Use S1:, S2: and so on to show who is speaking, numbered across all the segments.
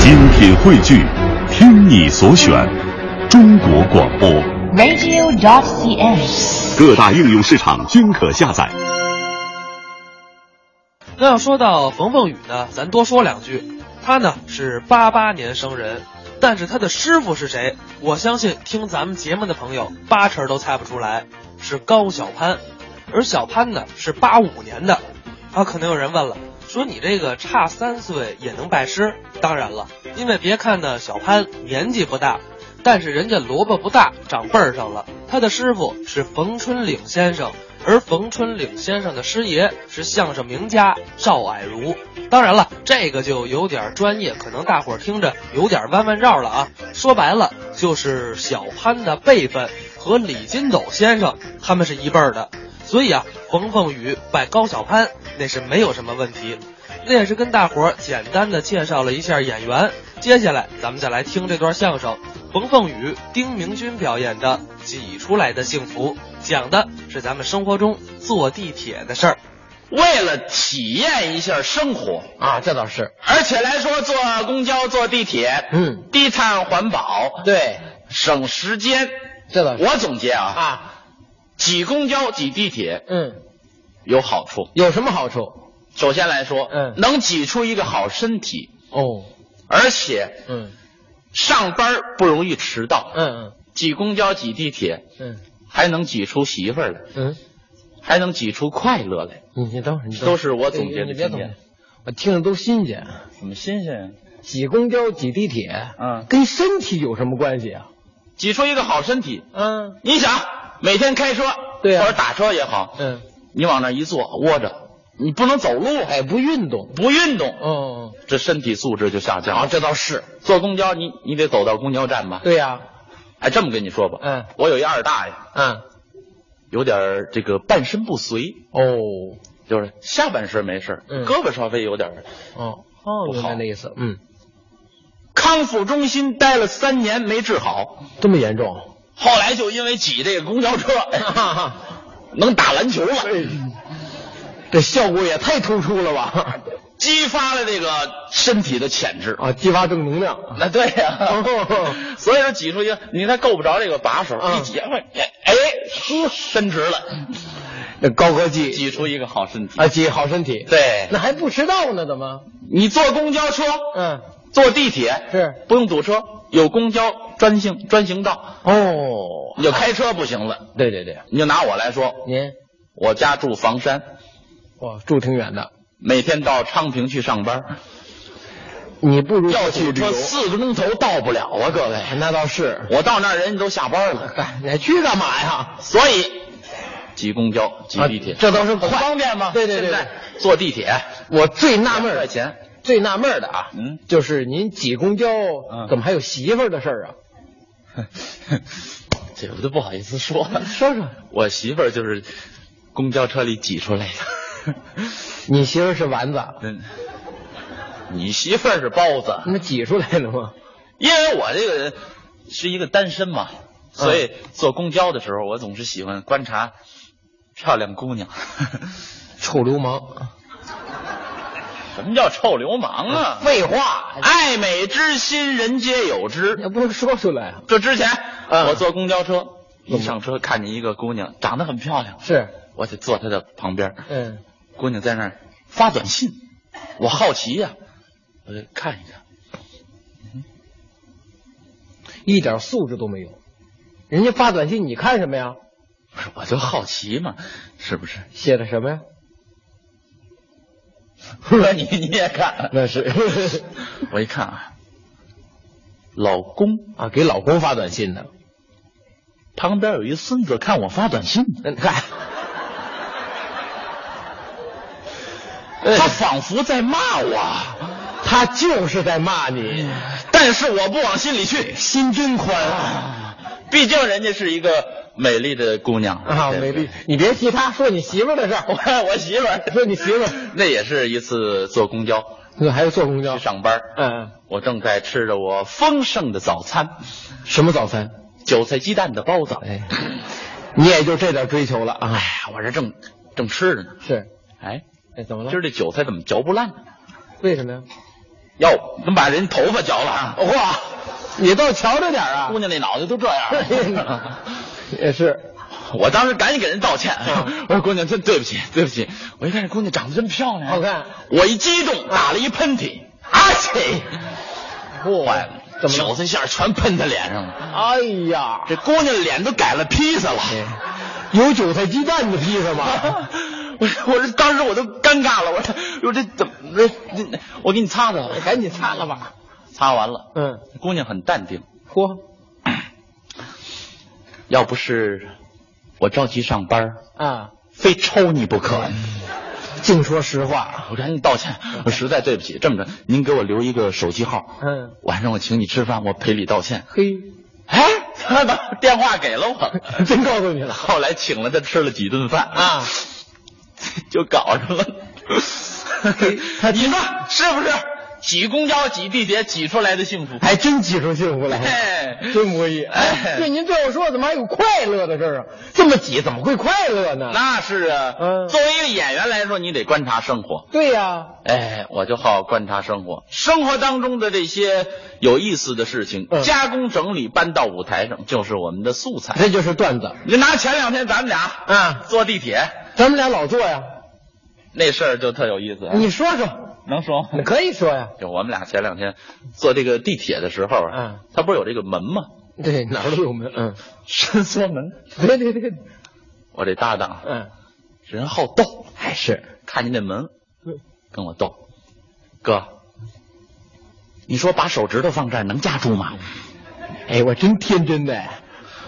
S1: 精品汇聚，听你所选，中国广播。
S2: radio.cn。
S1: 各大应用市场均可下载。
S3: 那要说到冯凤雨呢，咱多说两句。他呢是八八年生人，但是他的师傅是谁？我相信听咱们节目的朋友八成都猜不出来，是高小攀。而小潘呢是八五年的。啊，可能有人问了，说你这个差三岁也能拜师？当然了，因为别看呢小潘年纪不大，但是人家萝卜不大长辈儿上了。他的师傅是冯春岭先生，而冯春岭先生的师爷是相声名家赵爱如。当然了，这个就有点专业，可能大伙儿听着有点弯弯绕了啊。说白了，就是小潘的辈分和李金斗先生他们是一辈儿的。所以啊，冯凤雨拜高晓攀那是没有什么问题。那也是跟大伙儿简单的介绍了一下演员。接下来咱们再来听这段相声，冯凤雨、丁明君表演的《挤出来的幸福》，讲的是咱们生活中坐地铁的事儿。
S4: 为了体验一下生活，
S5: 啊，这倒是，
S4: 而且来说坐公交、坐地铁，
S5: 嗯，
S4: 低碳环保，，
S5: 对，
S4: 省时间。
S5: 这倒是
S4: 我总结啊，
S5: 啊，
S4: 挤公交、挤地铁
S5: 嗯，
S4: 有好处。
S5: 有什么好处？
S4: 首先来说，
S5: 嗯
S4: 能挤出一个好身体，
S5: 哦，
S4: 而且
S5: 嗯
S4: 上班不容易迟到。
S5: 嗯
S4: 挤公交、挤地铁
S5: 嗯
S4: 还能挤出媳妇儿来，
S5: 嗯
S4: 还能挤出快乐来，
S5: 嗯，你等会儿，你等会儿
S4: 都是我总结的
S5: 你你别
S4: 经
S5: 总结
S4: 验。，
S5: 我听着都新鲜。
S4: 怎么新鲜？
S5: 挤公交、挤地铁，
S4: 嗯
S5: 跟身体有什么关系啊？
S4: 挤出一个好身体。
S5: 嗯
S4: 你想每天开车，
S5: 对呀
S4: 或者打车也好，
S5: 嗯，
S4: 你往那一坐窝着，你不能走路，
S5: 哎，不运动，
S4: 不运动，
S5: 哦，
S4: 这身体素质就下降了。
S5: 啊这倒是，
S4: 坐公交你你得走到公交站吧？
S5: 对呀，
S4: 哎，这么跟你说吧，
S5: 嗯，
S4: 我有一二大爷，
S5: 嗯，
S4: 有点儿这个半身不遂，
S5: 哦
S4: 就是下半身没事儿，
S5: 嗯
S4: 胳膊稍微有点儿。
S5: 哦
S4: 不
S5: 哦，明
S4: 好
S5: 白那意思，嗯，
S4: 康复中心待了三年没治好，
S5: 这么严重？
S4: 后来就因为挤这个公 交车，
S5: 哈哈，
S4: 能打篮球
S5: 哎
S4: 了，
S5: 这效果也太突出了吧？
S4: 激发了这个身体的潜质。
S5: 啊，激发正能量，
S4: 那啊对呀、
S5: 哦
S4: 所以说挤出一个，你看够不着这个把手，
S5: 嗯
S4: 一挤会，哎，呵，伸直了，
S5: 这高科技
S4: 挤出一个好身体。
S5: 啊，挤好身体，
S4: 对，
S5: 那还不迟到呢，怎么？
S4: 你坐公交车，
S5: 嗯，
S4: 坐地铁
S5: 是
S4: 不用堵车，有公交专行专行道。
S5: 哦，
S4: 你就开车不行了，
S5: 对对对，
S4: 你就拿我来说，
S5: 您
S4: 我家住房山，
S5: 哇住挺远的，
S4: 每天到昌平去上班，
S5: 你不如
S4: 要堵
S5: 去旅
S4: 车
S5: 游，哎
S4: 四个钟头到不了啊，各位。
S5: 那倒是，
S4: 我到那儿人家都下班了，
S5: 哎，你还去干嘛呀？
S4: 所以挤公交、挤地铁，
S5: 啊这倒是
S4: 很
S5: 快
S4: 方便吗？
S5: 对对对
S4: 现在坐地铁，
S5: 我最纳闷
S4: 200块
S5: 儿，
S4: 钱，
S5: 最纳闷儿的啊，
S4: 嗯，
S5: 就是您挤公交
S4: 嗯
S5: 怎么还有媳妇儿的事儿啊？
S4: 这我都不好意思说。
S5: 说说，
S4: 我媳妇儿就是公交车里挤出来的。
S5: 你媳妇儿是丸子，
S4: 嗯，你媳妇儿是包子，
S5: 那挤出来的吗？
S4: 因为我这个人是一个单身嘛，所以坐公交的时候，我总是喜欢观察漂亮姑娘。
S5: 臭流氓，
S4: 什么叫臭流氓啊？
S5: 废话，
S4: 爱美之心，人皆有之。
S5: 也不能说出来啊。
S4: 这之前，
S5: 嗯
S4: 我坐公交车，一
S5: 么
S4: 上车看见一个姑娘，长得很漂亮，
S5: 是，
S4: 我得坐她的旁边。
S5: 嗯，
S4: 姑娘在那儿发短信，我好奇呀、我就看一看。
S5: 一点素质都没有。人家发短信，你看什么呀？
S4: 不是，我就好奇嘛，是不是？
S5: 写的什么呀？
S4: 你你也看，
S5: 那是
S4: 我一看啊，老公
S5: 啊，给老公发短信的。
S4: 旁边有一孙子看我发短信，
S5: 那嗨，哎
S4: 他仿佛在骂我，
S5: 他就是在骂你。
S4: 但是我不往心里去，心真 宽啊！毕竟人家是一个美丽的姑娘
S5: 啊，
S4: 对
S5: 美
S4: 不对
S5: 丽，你别提他说你媳妇儿的事 儿，
S4: 我我媳妇儿
S5: 说你媳妇儿，
S4: 那也是一次坐公交
S5: 那还有坐公交
S4: 去，上班，
S5: 嗯，
S4: 我正在吃着我丰盛的早餐，
S5: 什么早餐？
S4: 韭菜鸡蛋的包子。哎
S5: 哎，你也就这点追求了啊？
S4: 呀，我这正正吃着呢，
S5: 是，
S4: 哎，
S5: 哎，怎么了？
S4: 今儿这韭菜怎么嚼不烂呢？
S5: 为什么呀？
S4: 哟，能把人头发绞了啊！哇，
S5: 你倒瞧着点儿啊
S4: 姑！娘那脑袋都这样了。
S5: 也是，
S4: 我当时赶紧给人道歉，
S5: 嗯
S4: 我说姑娘真对不起，对不起。我一看这姑娘长得真漂亮，
S5: 好看。嗯
S4: 我一激动打了一喷嚏，啊 切！坏了，
S5: 怎么了
S4: 韭菜馅儿全喷她脸上了。
S5: 哎呀，
S4: 这姑娘脸都改了披萨了。
S5: 有韭菜鸡蛋的披萨吗？
S4: 我我这当时我都尴尬了，我说我这怎么这这我给你擦擦吧，
S5: 哎赶紧擦了吧。
S4: 擦完了，
S5: 嗯，
S4: 姑娘很淡定。
S5: 嚯
S4: 要不是我着急上班儿，
S5: 啊，
S4: 非抽你不可。
S5: 净说实话。
S4: 我赶紧道歉，我实在对不起。这么着，您给我留一个手机号，
S5: 嗯，
S4: 晚上我请你吃饭，我赔礼道歉。
S5: 嘿，
S4: 哎，他把电话给了我，
S5: 真告诉你了
S4: 后来请了他吃了几顿饭，
S5: 啊！
S4: 就搞上了。
S5: 他
S4: 你说是不是？挤公交、挤地铁挤出来的幸福？
S5: 还真挤出幸福来 了，
S4: 哎
S5: 哎真不易。
S4: 哎
S5: 对，您这么说，怎么还有快乐的事儿啊？这么挤，怎么会快乐呢？
S4: 那是啊，
S5: 嗯
S4: 作为一个演员来说，你得观察生活。
S5: 对呀、
S4: 哎，我就好观察生活，生活当中的这些有意思的事情，
S5: 嗯
S4: 加工整理搬到舞台上，就是我们的素材。
S5: 这就是段子。
S4: 你拿前两天咱们俩
S5: 啊
S4: 坐地铁
S5: 咱们俩老做呀，
S4: 那事儿就特有意思啊，
S5: 你说说，
S4: 能说吗？
S5: 你可以说呀。
S4: 就我们俩前两天坐这个地铁的时候啊
S5: 嗯，
S4: 它不是有这个门吗？
S5: 对，哪儿都有门。嗯，
S4: 伸缩门。
S5: 对对对，
S4: 我这搭档
S5: 嗯，
S4: 人好斗，
S5: 还是
S4: 看见那门
S5: 嗯
S4: 跟我斗，哥，你说把手指头放这儿能夹住
S5: 嗯
S4: 吗？
S5: 哎，我真天真的。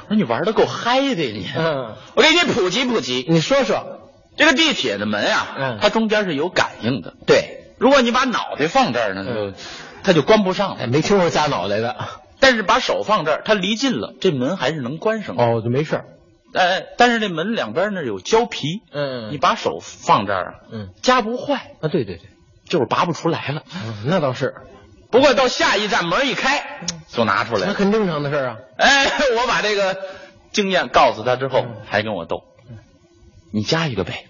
S4: 我说你玩的够嗨的你。
S5: 嗯，
S4: 我给你普及普及，
S5: 你说说，
S4: 这个地铁的门啊，
S5: 嗯
S4: 它中间是有感应的。
S5: 对，
S4: 如果你把脑袋放这儿呢，就、
S5: 嗯
S4: 它就关不上
S5: 哎，
S4: 了。
S5: 没听过夹脑袋的。
S4: 但是把手放这儿，它离近了，这门还是能关上的。
S5: 哦，就没事儿。
S4: 哎，但是这门两边那儿有胶皮，
S5: 嗯
S4: 你把手放这儿啊，
S5: 嗯，
S4: 夹不坏，
S5: 啊，对对对，
S4: 就是拔不出来了。
S5: 嗯，那倒是，
S4: 不过到下一站门一开，
S5: 嗯
S4: 就拿出来
S5: 那
S4: 了。
S5: 很正常的事儿啊。
S4: 哎， 我把这个经验告诉他之后，
S5: 嗯
S4: 还跟我斗，你加一个呗，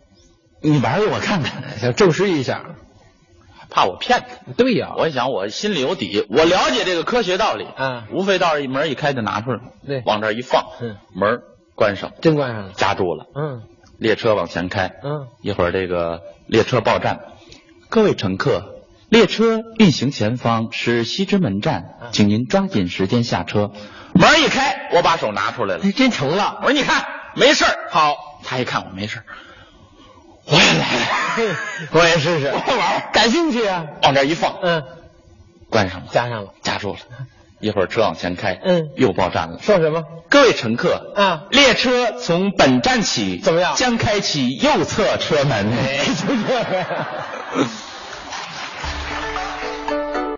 S4: 你玩给我看看，
S5: 想证实一下，
S4: 怕我骗他。
S5: 对呀、
S4: 我一想，我心里有底，我了解这个科学道理，
S5: 嗯
S4: 无非道是门一开就拿出来，
S5: 对
S4: 往这儿一放，
S5: 嗯
S4: 门关上，
S5: 真关上了。
S4: 夹住了，
S5: 嗯
S4: 列车往前开，
S5: 嗯，
S4: 一会儿这个列车报站，各位乘客，列车运行前方是西直门站，
S5: 嗯
S4: 请您抓紧时间下车。门一开，我把手拿出来了，
S5: 哎，真成了。
S4: 我说你看没事儿。好，他一看我没事儿，我也来了，
S5: 我也试试，
S4: 我玩儿，
S5: 感兴趣啊。
S4: 往这儿一放，
S5: 嗯，
S4: 关上了，
S5: 加上了。
S4: 夹住了。一会儿车往前开，
S5: 嗯
S4: 又报站了。
S5: 说什么？
S4: 各位乘客，
S5: 啊
S4: 列车从本站起
S5: 怎么样
S4: 将开启右侧车门。
S5: 哎，就这个。